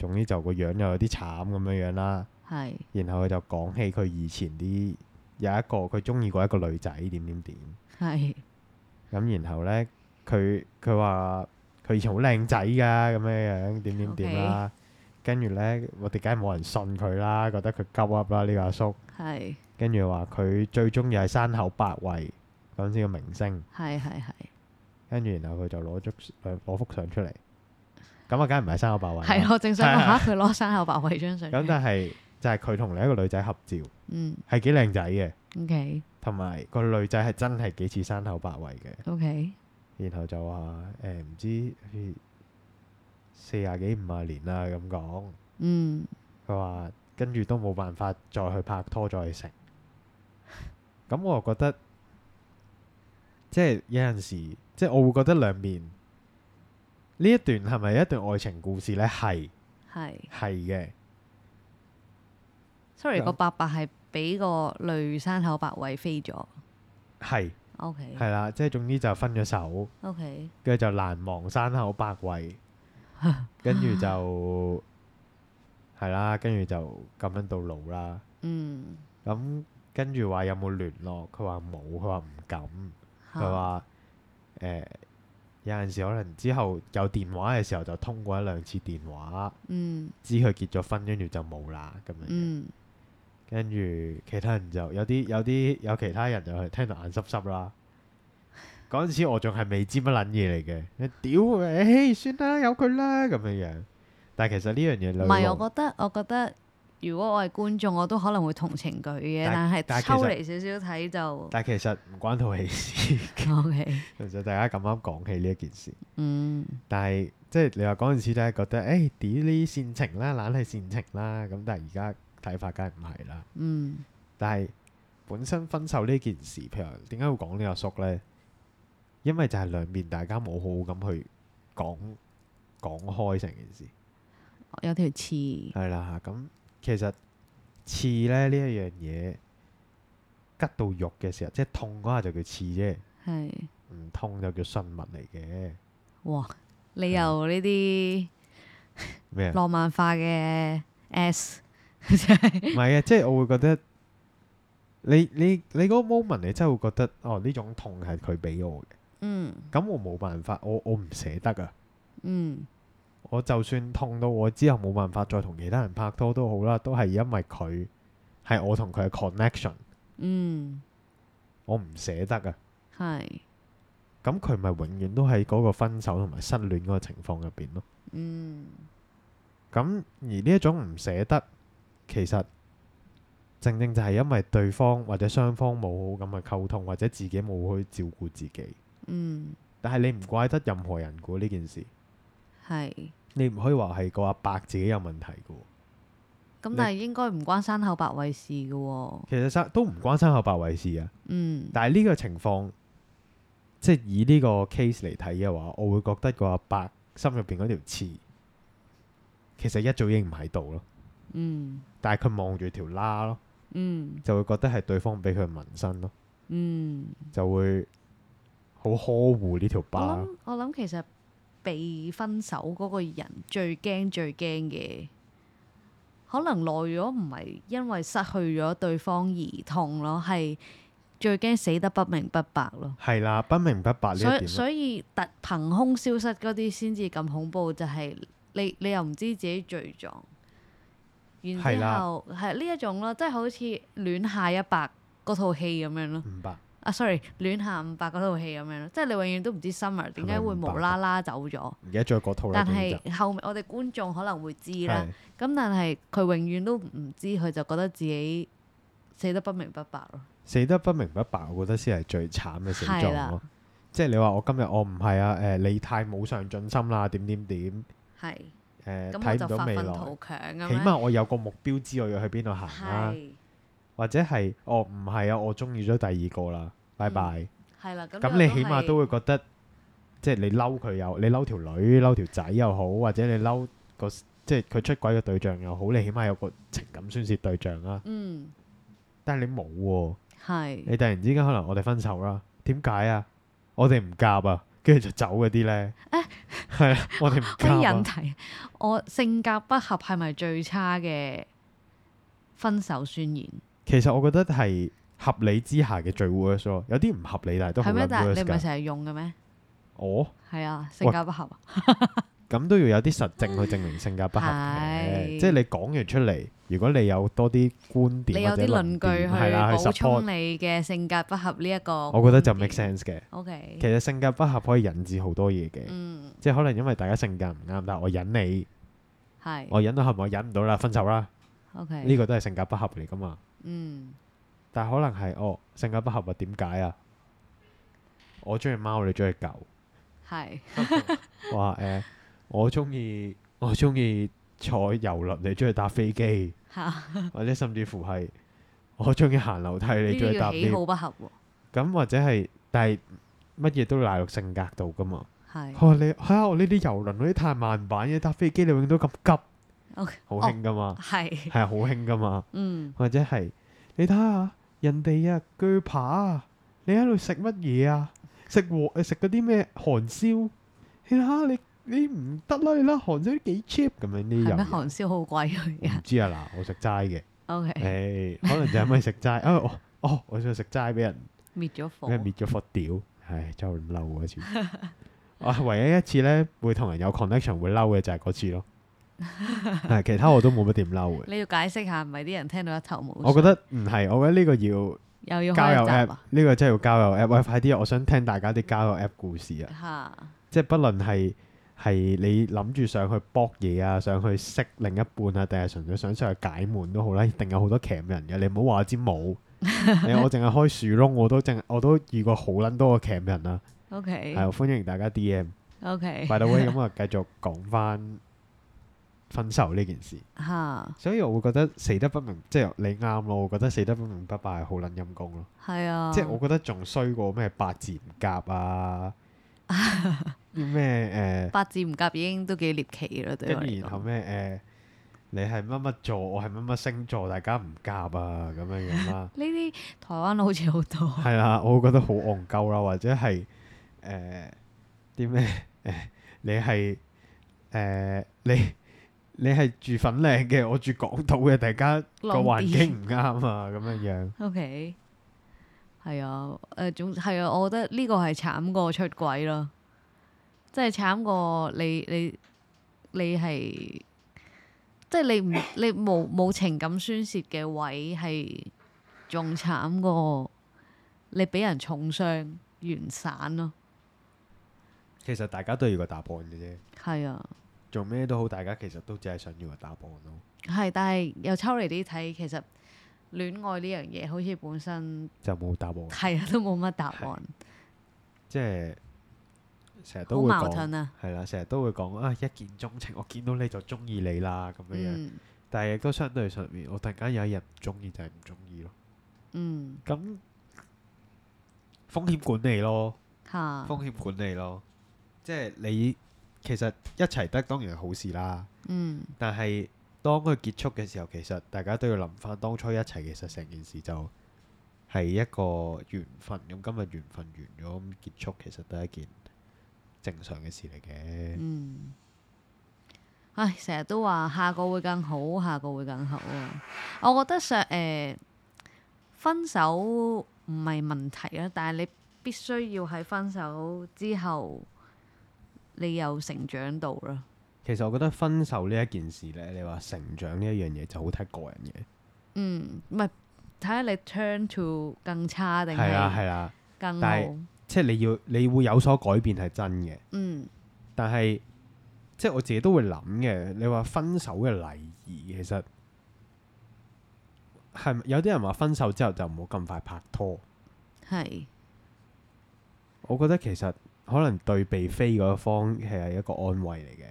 B: 總之就個樣又有啲慘咁樣樣啦。
A: 係
B: 然後佢就講起佢以前啲有一個佢中意過一個女仔點點點。
A: 係
B: 咁然後咧，佢佢話佢以前好靚仔㗎，咁樣樣點點點啦。跟住咧，我哋梗係冇人信佢啦，覺得佢鳩噏啦呢個阿叔。
A: 係
B: 跟住話佢最中意係山口百惠咁先個明星。
A: 係係係
B: 跟住然後佢就攞張兩攞幅相出嚟，咁啊，梗係唔係山口百惠啦。
A: 係咯，正想問
B: 係
A: 下佢攞山口百惠張相出
B: 咁
A: 嚟，
B: 但係就係佢同另一個女仔合照，
A: 嗯
B: 係幾靚仔嘅，
A: ，OK
B: 同埋個女仔係真係幾似山口百惠嘅。
A: OK，
B: 然後就話誒唔知好似四廿幾五廿年啦咁講，
A: 嗯
B: 佢話跟住都冇辦法再去拍拖再去成，咁我又覺得即係有陣時，即係我會覺得兩面呢一段係咪一段愛情故事呢？係
A: 係
B: 係嘅，
A: ，sorry
B: 咁
A: 個伯伯係俾個淚山口百惠飛咗
B: 係
A: ，OK
B: 係啦，即係總之就分咗手，
A: OK，
B: 跟住就難忘山口百惠，跟住就係啦，跟住就咁樣到老啦。
A: 嗯，
B: 咁跟住話有冇聯絡？佢話冇，佢話唔敢，佢話誒有陣時可能之後有電話嘅時候就通過一兩次電話，
A: 嗯
B: 知佢結咗婚，跟住就冇啦咁樣。
A: 嗯
B: 跟住其他人就有啲有啲有其他人就係聽到眼濕濕 啦。嗰陣時我仲係未知乜撚嘢嚟嘅，你屌誒，算啦，由佢啦咁樣樣。但係其實呢樣嘢
A: 唔
B: 女
A: 係，
B: 王
A: 我覺得我覺得如果我係觀眾，我都可能會同情佢嘅，
B: 但
A: 但係
B: 但係其
A: 抽
B: 實
A: 離少少睇就
B: 但係其實唔關套戲事。
A: OK，
B: 其實大家咁啱講起呢一件事，
A: 嗯
B: 但係即係你話嗰陣時咧覺得誒屌呢啲煽情啦，懶係煽情啦，咁但係而家睇法梗係唔係啦。
A: 嗯
B: 但係本身分手呢件事，譬如點解會講呢個叔呢？因為就係兩邊大家冇好好咁去講講開成件事，
A: 有條刺，
B: 係啦。咁其實刺咧呢一樣嘢，吉到肉嘅時候，即係痛嗰下就叫刺啫，
A: 係
B: 唔痛就叫信物嚟嘅。
A: 哇！你由呢啲
B: 咩啊？
A: 浪漫化嘅 S
B: 唔係啊，即係我會覺得你你你嗰個 moment，你真係會覺得哦呢種痛係佢俾我嘅，
A: 嗯
B: 咁我冇辦法，我我唔捨得啊！
A: 嗯
B: 我就算痛到我之後冇辦法再同其他人拍拖都好啦，都係因為佢係我同佢嘅 connection，
A: 嗯
B: 我唔捨得啊！
A: 係
B: 咁佢咪永遠都喺嗰個分手同埋失戀嗰個情況入邊咯。
A: 嗯
B: 咁而呢一種唔捨得，其實正正就係因為對方或者雙方冇好咁去溝通，或者自己冇去照顧自己。
A: 嗯
B: 但係你唔怪得任何人估呢件事，
A: 係。
B: 你唔可以話係個阿伯自己有問題嘅喎。
A: 咁但
B: 你
A: 係應該唔關山口百惠事嘅喎，
B: 其實生都唔關生口白維事啊。
A: 嗯
B: 但係呢個情況，即係以呢個 case 嚟睇嘅話，我會覺得個阿伯心入邊嗰條刺其實一早已經唔喺度咯，
A: 嗯
B: 但係佢望住條罅咯，
A: 嗯
B: 就會覺得係對方俾佢紋身咯，
A: 嗯，
B: 就會好呵護呢條
A: 我
B: 疤咯。
A: 諗我諗其實被分手嗰個人最驚最驚嘅，可能耐咗唔係因為失去咗對方而痛咯，係最驚死得不明不白咯。
B: 係啦，不明不啊白呢
A: 所以
B: 一點啊咯，
A: 所以突憑空消失嗰啲先至咁恐怖，就係、你你又唔知自己罪狀，然
B: 係
A: 之
B: 啦
A: 後係呢一種咯，即係好似戀下一百嗰套戲咁樣咯。
B: 唔白
A: 啊，sorry，戀下五百嗰套戲咁樣咯，即係你永遠都唔知 Summer 點解會無啦啦走咗，
B: 唔記得咗嗰套啦。
A: 但係
B: 總
A: 後面我哋觀眾可能會知
B: 之
A: 啦
B: 係。
A: 咁但係佢永遠都唔知，佢就覺得自己死得不明不白咯。
B: 死得不明不白，我覺得先係最慘嘅死
A: 係
B: 狀
A: 啦
B: 咯。即係你話我今日我唔係啊，誒、你太冇上進心啦，點點點，
A: 係，咁
B: 誒
A: 我
B: 呃睇
A: 就
B: 唔到
A: 發
B: 未
A: 奮
B: 來。
A: 圖強咁
B: 起
A: 樣。
B: 碼我有個目標知我要去邊度行啦，
A: 係
B: 或者係哦唔係啊，我中意咗第二個啦，拜拜。
A: 係嗯啦，咁
B: 咁、
A: 呢個
B: 你起碼
A: 係
B: 都會覺得，即係你嬲佢又，你嬲條女、嬲條仔又好，或者你嬲個即係佢出軌嘅對象又好，你起碼有個情感宣泄對象啦。
A: 嗯
B: 但係你冇喎、
A: 係
B: 你突然之間可能我哋分手啦，點解啊？我哋唔夾啊，跟住就走嗰啲呢。係啊，我 哋唔
A: 可以
B: 夾
A: 引
B: 啊，
A: 題，我性格不合係咪最差嘅分手宣言？
B: 其實我覺得係合理之下嘅最 worst 咯，有啲唔合理但係都好
A: 係咩？
B: 撚
A: 但係
B: worst
A: 你唔係
B: 㗎。
A: 成日用嘅咩？
B: 我
A: 係啊，性格不合啊。
B: 咁都要有啲實證去證明性格不合嘅，
A: 係
B: 即係你講完出嚟，如果你有多啲觀
A: 你
B: 點
A: 有
B: 或者
A: 啲
B: 論
A: 論據
B: 點係啦去
A: 去補充嗯
B: support，
A: 你嘅性格不合呢一個，
B: 我覺得就 make。sense 嘅。
A: O
B: 其
A: K，
B: 實性格不合可以引致好多嘢嘅，
A: 嗯，
B: 即係可能因為大家性格唔啱，但係我忍你，
A: 係
B: 我忍到後咪我忍唔到啦，分手啦，
A: ，O K，
B: 呢個都係性格不合嚟噶嘛。
A: 嗯，
B: 但係可能係哦，性格不合啊，點解啊？我中意貓，你中意狗。
A: 係，
B: 話誒、我中意我中意坐遊輪，你中意搭飛機，
A: 嚇，呢
B: 或者甚至乎係我中意行樓梯，你中
A: 啲
B: 意搭
A: 叫喜
B: lift。
A: 好不合喎，
B: 咁或者係，但係乜嘢都賴落性格度噶嘛。佢
A: 係
B: 話你嚇、我呢啲遊輪嗰啲太慢版嘅，搭飛機你永遠都咁急，
A: ，O K，
B: 好興噶嘛，
A: 係，
B: 係啊好興噶嘛。
A: 嗯，
B: 或者係你睇下人哋啊鋸扒啊，你喺度食乜嘢啊？食和誒食嗰啲咩韓燒？你睇下你你唔得啦，你啦韓燒幾 cheap 咁樣呢啲
A: 係
B: 油
A: 咩？
B: 嘢。
A: 韓燒好貴佢
B: 唔
A: 嘅
B: 知啊嗱，我食齋 嘅，
A: ，O K，
B: 誒可能就係因為食齋 啊我哦，我想食齋俾人
A: 滅咗火
B: 俾，人滅咗火屌，唉真係好嬲嗰次。 啊，唯一一次咧會同人有 connection 會嬲嘅就係嗰次咯，係其他我都冇乜點嬲 嘅。
A: 你要解釋下，唔係啲人聽到一頭冇水，
B: 我覺得唔係，我覺得呢個要。
A: 又要
B: 交
A: 開
B: 友
A: 一集
B: app
A: 啊，
B: 呢個真係要交友 app，喂快啲啊！我想聽大家啲交友 app 故事啊，
A: 嚇，
B: 即係不論係係你諗住上去搏嘢啊，上去識另一半啊，定係純粹想上去解悶都好啦，一定有好多騎人嘅，你唔好話我知 冇，係啊我淨係開樹窿，我都淨我都遇過好撚多個騎人啊，
A: O
B: 係
A: K，
B: 啊歡迎大家 D M。
A: O K，
B: By the way，咁啊繼續講翻分手呢件事，
A: 嚇，
B: 所以我會覺得死得不明，即係你啱咯，我覺得死得不明不白係好撚陰功咯。
A: 係啊，
B: 即係我覺得仲衰過咩八字唔夾 啊，咩
A: 八字唔夾已經都幾獵奇啦，
B: 誒，
A: 對
B: 跟
A: 我
B: 住
A: 嚟
B: 然後
A: 講，，
B: 咩誒，呃你係乜乜座，我係乜乜星座，大家唔夾啊咁樣樣啦
A: 呢啲台灣好似好多，
B: 係啦，我會覺得好戇鳩啦，啊或者係誒啲咩 誒，你係誒你。你係住粉嶺嘅，我住港島嘅，大家個
A: 浪
B: 環
A: 啲
B: 境唔啱啊，咁樣樣
A: O K，係啊，誒、總係啊，我覺得呢個係慘過出軌咯，即係慘過你你你係，即係你唔你冇冇情感宣泄嘅位係仲慘過你俾人重傷完散咯，
B: 其實大家都要個答案嘅啫，
A: 係啊，
B: 做咩都好，大家其實都只係想要個答案咯。
A: 係，但係又抽離啲睇，其實戀愛呢樣嘢好似本身
B: 就冇答案，
A: 係啊都冇乜答
B: 係
A: 案，
B: 即係成日
A: 好
B: 都會
A: 矛
B: 講
A: 盾啊，
B: 係啦，成日都會講啊一見鍾情，我見到你就中意你啦咁樣樣，
A: 嗯
B: 但係亦都相對上面，我突然間有一日唔中意就係唔中意咯。
A: 嗯
B: 咁風險管理咯，
A: 嚇，
B: 風險管理咯。即係你其實一齊得當然係好事啦，
A: 嗯
B: 但係當佢結束嘅時候，其實大家都要諗翻當初一齊，其實成件事就係一個緣分。咁今日緣分完咗，咁結束其實都係一件正常嘅事嚟嘅。
A: 嗯。唉，成日都話下個會更好，下個會更好啊！我覺得上誒、呃分手唔係問題啊，但係你必須要喺分手之後，你又成長到啦。
B: 其實我覺得分手呢一件事呢，你話成長呢一樣嘢就好睇個人嘅。
A: 嗯，唔係睇下你 turn to 更差定
B: 係啦
A: 係
B: 係啦，
A: 更
B: 但
A: 好
B: 係。即係你要你會有所改變係真嘅，
A: 嗯
B: 但係即係我自己都會諗嘅。你話分手嘅禮儀其實係咪有啲人話分手之後就唔好咁快拍拖？
A: 係
B: 我覺得其實可能對被飛嗰一方係一個安慰嚟嘅。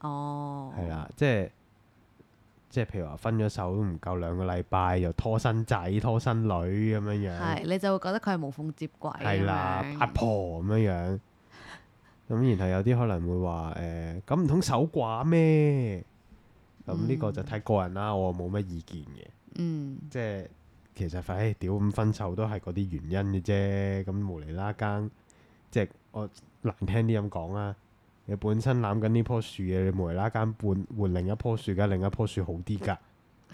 A: 哦，
B: 係啦，即係即係譬如話分咗手都唔夠兩個禮拜，又拖新仔拖新女咁樣樣，
A: 係你就會覺得佢係無縫接軌
B: 係啦
A: 咁，樣
B: 八婆咁樣樣。咁然後有啲可能會話誒，咁唔通守寡咩？咁呢個就睇個人啦，我冇乜意見嘅。
A: 嗯
B: 即係其實唉，屌咁分手都係嗰啲原因嘅啫，咁無厘啦更，即係我難聽啲咁講啦。你本身攬緊呢棵樹嘅，你無厘啦更換換另一棵樹，梗係另一棵樹好啲㗎，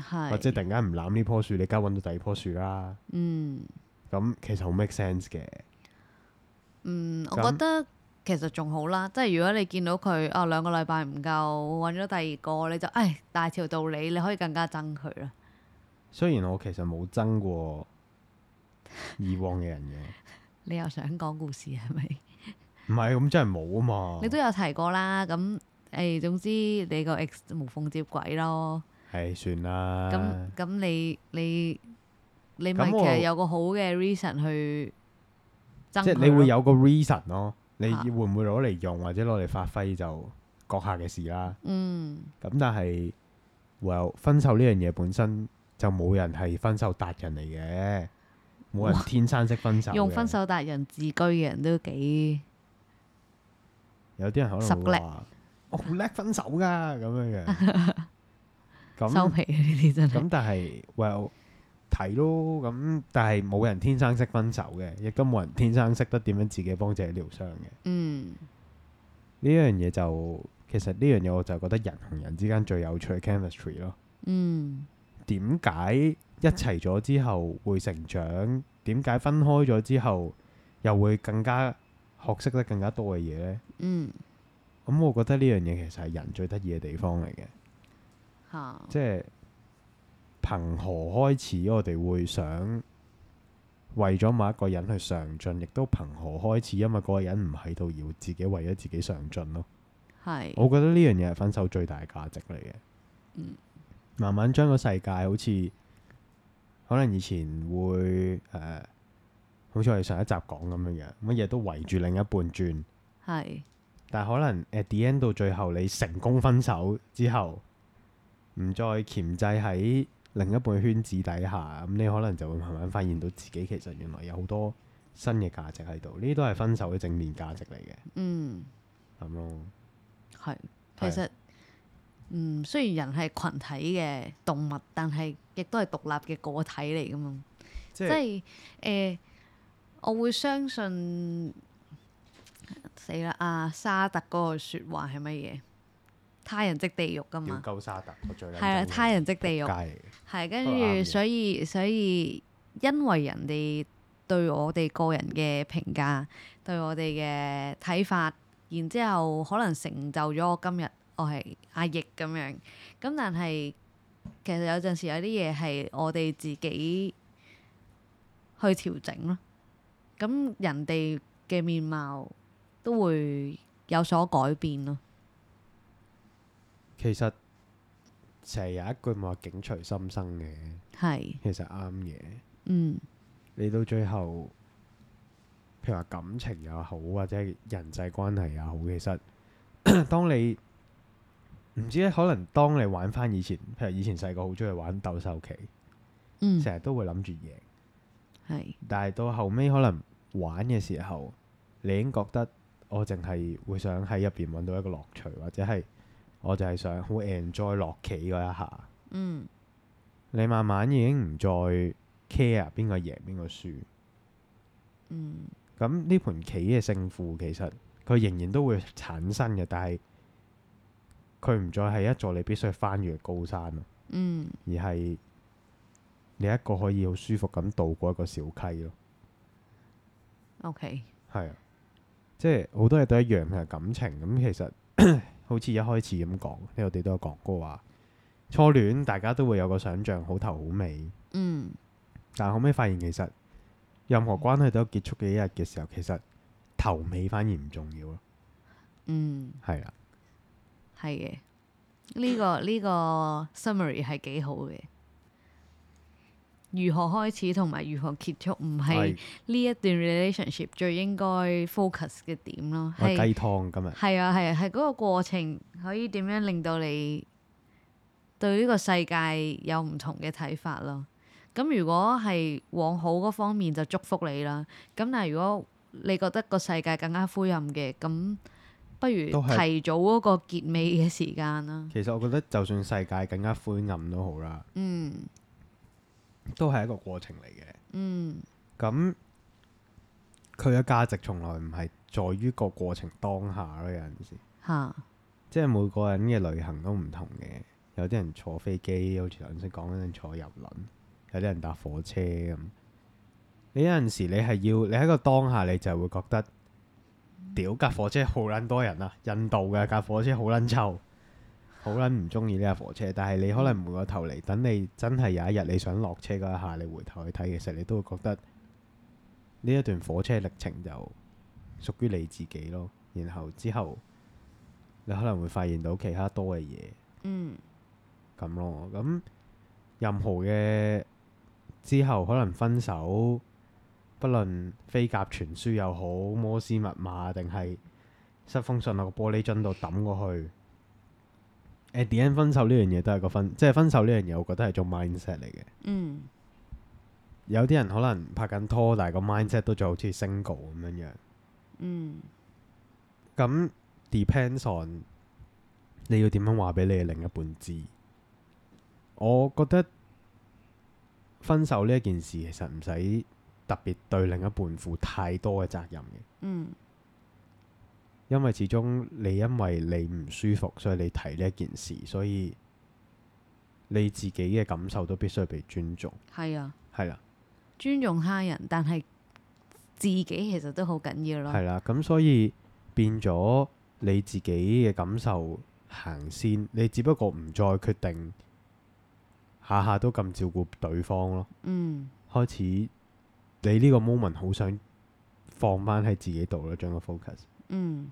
A: 係
B: 或者突然間唔攬呢棵樹，你梗係揾到第二棵樹啦。
A: 嗯
B: 咁其實好 make sense 嘅，
A: 嗯，我
B: 咁
A: 覺得。其實仲好啦，即係如果你見到佢啊兩個禮拜唔夠，揾咗第二個，你就唉大條道理，你可以更加憎佢啦。
B: 雖然我其實冇憎過以往嘅人嘅，
A: 你又想講故事係 咪？
B: 唔係咁真係冇啊嘛。
A: 你都有提過啦，咁誒、唉總之你個 ex 無縫接軌咯。
B: 係算啦。
A: 咁咁你你你咪
B: 咁
A: 其
B: 我
A: 實有個好嘅 reason 去爭
B: 即係
A: 佢
B: 你會
A: 咯
B: 有個 reason 咯，你
A: 啊
B: 會唔會攞嚟用或者攞嚟發揮就閣下嘅事啦。
A: 嗯
B: 咁但係，well 分手呢樣嘢本身就冇人係分手達人嚟嘅，冇人天生識分手嘅。
A: 用分手達人自居嘅人都幾
B: 有啲人可
A: 十
B: 能
A: 個
B: 會
A: 叻
B: 話：我好叻分手㗎咁樣樣。
A: 收
B: 咁
A: 皮啊呢啲真係
B: 咁但係，well 睇咯。咁但係冇人天生識分手嘅，亦都冇人天生識得點樣自己幫自己療傷嘅。
A: 嗯
B: 呢樣嘢就其實呢樣嘢我就覺得人同人之間最有趣嘅 chemistry 咯。
A: 嗯
B: 點解一齊咗之後會成長？點解分開咗之後又會更加學識得更加多嘅嘢呢？
A: 嗯
B: 咁、我覺得呢樣嘢其實係人最得意嘅地方嚟嘅，
A: 嚇
B: 即係憑何開始我哋會想為咗某一個人去上進，亦都憑何開始，因為嗰個人唔喺度而自己為咗自己上進咯。
A: 係
B: 我覺得呢樣嘢係分手最大嘅價值嚟嘅。慢慢將個世界好似可能以前會誒、呃好似我哋上一集講咁樣樣，乜嘢都圍住另一半轉。
A: 係
B: 但係可能 at the end 到最後，你成功分手之後，唔再鉗制喺另一半圈子底下，咁你可能就會慢慢發現到自己其實原來有好多新嘅價值喺度。呢啲都係分手嘅正面價值嚟嘅，
A: 嗯
B: 咁咯。
A: 係其
B: 係
A: 實嗯雖然人係群體嘅動物，但係亦都係獨立嘅個體嚟噶嘛。
B: 即係
A: 即係誒、我會相信死啦！阿沙特嗰個説話係乜嘢？他人即地獄噶
B: 屌
A: 嘛，
B: 鳩沙特，我最
A: 係啊，他人即地獄
B: 街
A: 係跟
B: 都啱
A: 住，
B: 嘅
A: 所以所以因為人哋對我哋個人嘅評價，對我哋嘅睇法，然之後可能成就咗我今日我係阿奕咁樣。咁但係其實有陣時有啲嘢係我哋自己去調整咯。咁人哋嘅面貌都會有所改變咯。
B: 其實成日有一句咪話境隨心生嘅，
A: 係，
B: 其實啱嘅。
A: 嗯
B: 你到最後，譬如話感情又好，或者係人際關係又好，其實 當你唔知咧，可能當你玩翻以前，譬如以前細個好中意玩鬥獸棋，
A: 嗯，
B: 成日都會諗住贏，
A: 係
B: 但係到後尾可能玩嘅時候，你已經覺得我淨係會想喺入邊揾到一個樂趣，或者係我就係想好 enjoy 落棋嗰一下。
A: 嗯
B: 你慢慢已經唔再 care 邊個贏邊個輸。
A: 嗯
B: 咁呢盤棋嘅勝負其實佢仍然都會產生嘅，但係佢唔再係一座你必須翻越嘅高山咯，
A: 嗯
B: 而係你一個可以好舒服咁渡過一個小溪咯。
A: ，OK，
B: 係啊，即係好多嘢都一樣嘅感情。咁其實 好似一開始咁講，呢我哋都有講過話，初戀大家都會有個想像好頭好尾，
A: 嗯
B: 但後尾發現其實任何關係都有結束嘅一日嘅時候，其實頭尾反而唔重要咯。
A: 嗯，
B: 係啦，
A: 係嘅。呢、個呢、個 summary 係幾好嘅。如何開始同埋如何結束，唔係呢一段 relationship 最應該 focus 嘅點咯，
B: 我係
A: 係
B: 雞湯今日
A: 係啊係啊係嗰個過程可以點樣令到你對呢個世界有唔同嘅睇法咯。咁如果係往好嗰方面就祝福你啦。咁但係如果你覺得個世界更加灰暗嘅，咁不如
B: 都係
A: 提早嗰個結尾嘅時間啦。
B: 其實我覺得就算世界更加灰暗都好啦，
A: 嗯
B: 都係一個過程嚟嘅。
A: 嗯
B: 咁佢嘅價值從來唔係在於個過程當下咯，有陣時。
A: 嚇
B: 即係每個人嘅旅行都唔同嘅，有啲人坐飛機，好似頭先講嗰陣坐遊輪，有啲人搭火車咁。你有陣時你係要你喺個當下，你就會覺得屌架火車好撚多人啊！印度嘅架火車好撚臭，好撚唔中意呢架火車。但係你可能回過頭嚟，等你真係有一日你想落車嗰一下，你回頭去睇，其實你都會覺得呢一段火車歷程就屬於你自己咯。然後之後。你可能會發現到其他多嘅嘢
A: 嗯
B: 咁咯。咁任何嘅之後可能分手，不論飛鴿傳書又好，摩斯密碼定係塞封信落個玻璃樽度抌過去。誒點樣分手呢樣嘢都係個分，即係分手呢樣嘢，我覺得係種 mindset 嚟嘅。
A: 嗯
B: 有啲人可能拍緊拖，但係個 mindset 都仲好似 single 咁樣樣。
A: 嗯
B: 咁 depends on 你要點樣話俾你嘅另一半知。我覺得分手呢一件事其實唔使特別對另一半負太多嘅責任嘅，
A: 嗯
B: 因為始終你因為你唔舒服，所以你提呢一件事，所以你自己嘅感受都必須被尊重。
A: 係啊，
B: 係啦，
A: 尊重他人，但係自己其實都好緊要咯。
B: 係啦，咁所以變咗你自己嘅感受行先，你只不過唔再決定下下都咁照顧對方咯。
A: 嗯
B: 開始你呢個 moment 好想放翻喺自己度咯，將個 focus。
A: 嗯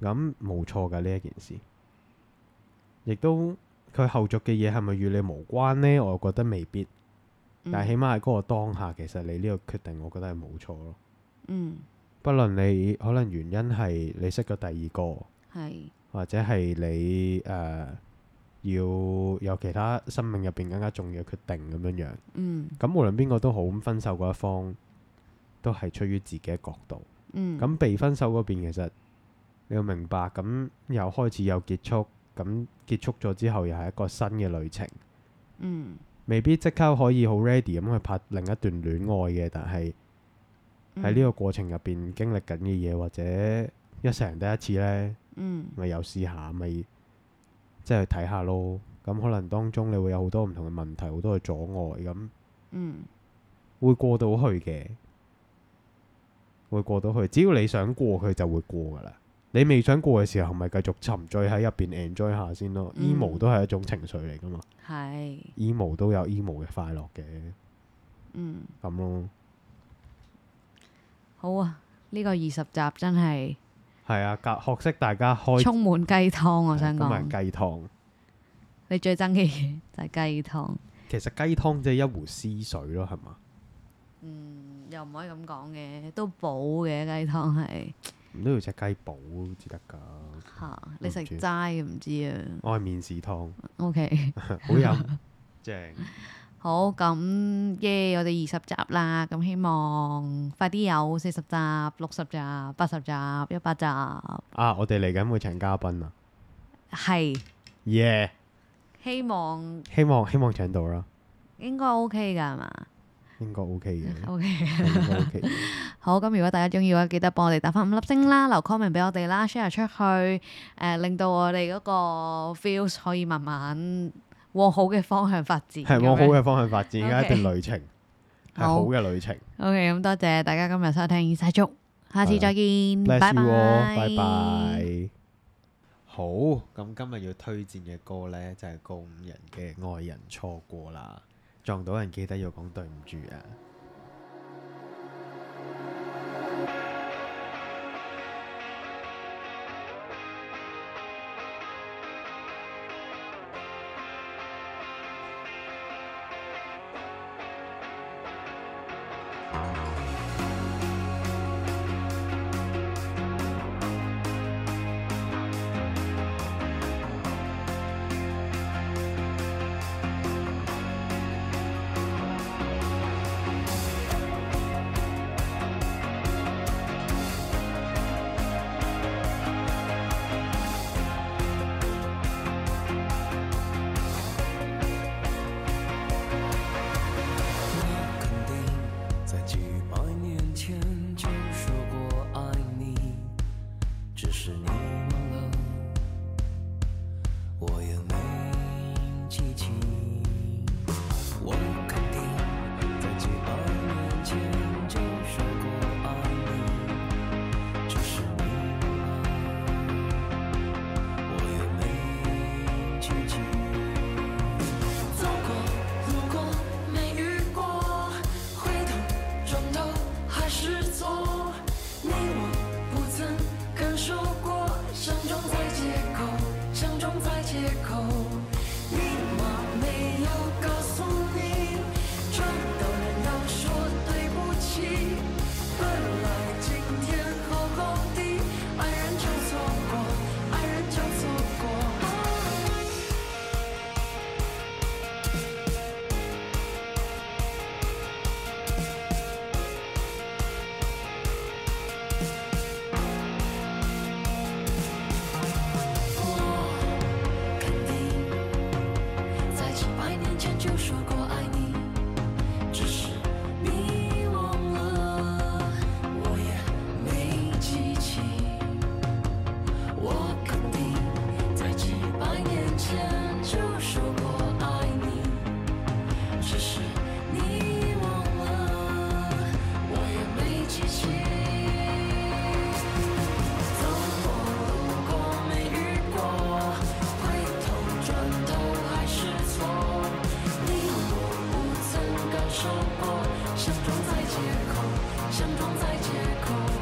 B: 咁冇錯㗎呢一件事，亦都佢後續嘅嘢係咪與你無關呢？我覺得未必，
A: 嗯
B: 但係起碼喺嗰個當下，其實你呢個決定，我覺得係冇錯咯。
A: 嗯
B: 不論你可能原因係你識咗第二個，
A: 係
B: 或者係你誒、呃要有其他生命入邊更加重要嘅決定咁樣樣。
A: 嗯
B: 咁無論邊個都好，咁分手嗰一方都係出於自己嘅角度。
A: 嗯
B: 咁被分手嗰邊其實你要明白，咁又開始有結束，咁結束咗之後又係一個新嘅旅程，
A: 嗯
B: 未必即刻可以好 ready 咁去拍另一段戀愛嘅，但係喺
A: 嗯
B: 呢個過程入邊經歷緊嘅嘢，或者一世人得一次呢，
A: 嗯
B: 咪又試下，咪即係去睇下咯。咁可能當中你會有好多唔同嘅問題，好多嘅阻礙咁。
A: 嗯
B: 會過到去嘅，會過到去。只要你想過，佢就會過噶啦。你未想過嘅時候，咪繼續沉醉喺入邊 enjoy 下先咯。
A: 嗯
B: emo 都係一種情緒嚟噶嘛
A: 係
B: ，emo 都有 emo 嘅快樂嘅
A: 嗯
B: 咁咯。
A: 好啊！呢個二十集真係
B: 係啊，教學識大家開
A: 充滿雞湯，我想
B: 同埋
A: 講，
B: 雞湯。
A: 你最憎嘅嘢就係雞湯。
B: 其實雞湯即係一壺絲水咯，係嘛？
A: 嗯，又唔可以咁講嘅，都補嘅雞湯係
B: 唔都要隻雞煲至得㗎。
A: 嚇，你食
B: 我唔知
A: 齋嘅唔知啊。
B: 我係面豉湯，
A: OK，
B: 好飲，正。
A: 好，咁耶我哋二十集啦，咁希望快啲有四十集、六十集、八十集、一百集，
B: 啊，我哋嚟緊會請嘉賓啊，
A: 係
B: 耶！
A: 希望
B: 希望希望請到啦，
A: 應該 OK 㗎係嘛
B: 應該 OK 嘅，
A: ？OK。
B: 應該 OK 嘅。
A: 好，咁如果大家中意嘅話，記得幫我哋打翻五粒星啦，留 comment 俾我哋啦，share 出去，誒、令到我哋嗰個 views 可以慢慢往好嘅方向發展。
B: 係往好嘅方向發展，而家
A: OK
B: 一段旅程係
A: 好
B: 好嗯嘅旅程。
A: OK，咁多謝大家今日收聽耳晒足，下次再見，拜
B: Bless
A: 拜
B: you all，拜。拜。好，咁今日要推薦嘅歌呢，就係告五人嘅《愛人錯過》啦。撞到人記得要講對唔住啊！
C: 我肯定在几百年前就说过爱你，只是你忘了，我也没记起。我肯定在几百年前就说过爱你，只是你忘了，我也没记起。
D: 走过，路过，没遇过，回头，转头，还是错。你我不曾感受过，相中在借口，相中在借口。你我没有告诉你，撞到人要说对不起。本来今天好好的，爱人就错过，爱人就错过。我肯定，在几百年前就说过爱你，只是你忘了，我也没记起。我肯定，在几百年前就说过爱你，只是你忘了，我也没记起。走过路过没遇过，回头转头还是错。你我不曾感受过，相撞在街口，相撞在街口。Oh